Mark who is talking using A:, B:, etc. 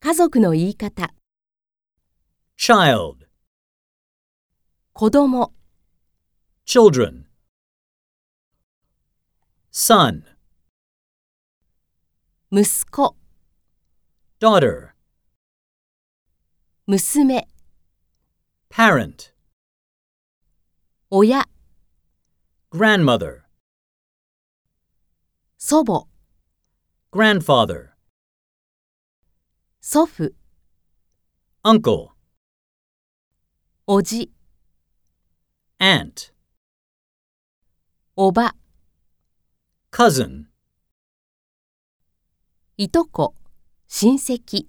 A: 家族の言い方、
B: child,
A: 子供、
B: children, son,
A: 息子、
B: daughter,
A: 娘、
B: parent,
A: 親、
B: grandmother,
A: 祖母、
B: grandfather,
A: 祖父、
B: uncle,
A: おじ、
B: aunt,
A: おば、
B: cousin.
A: いとこ、親戚。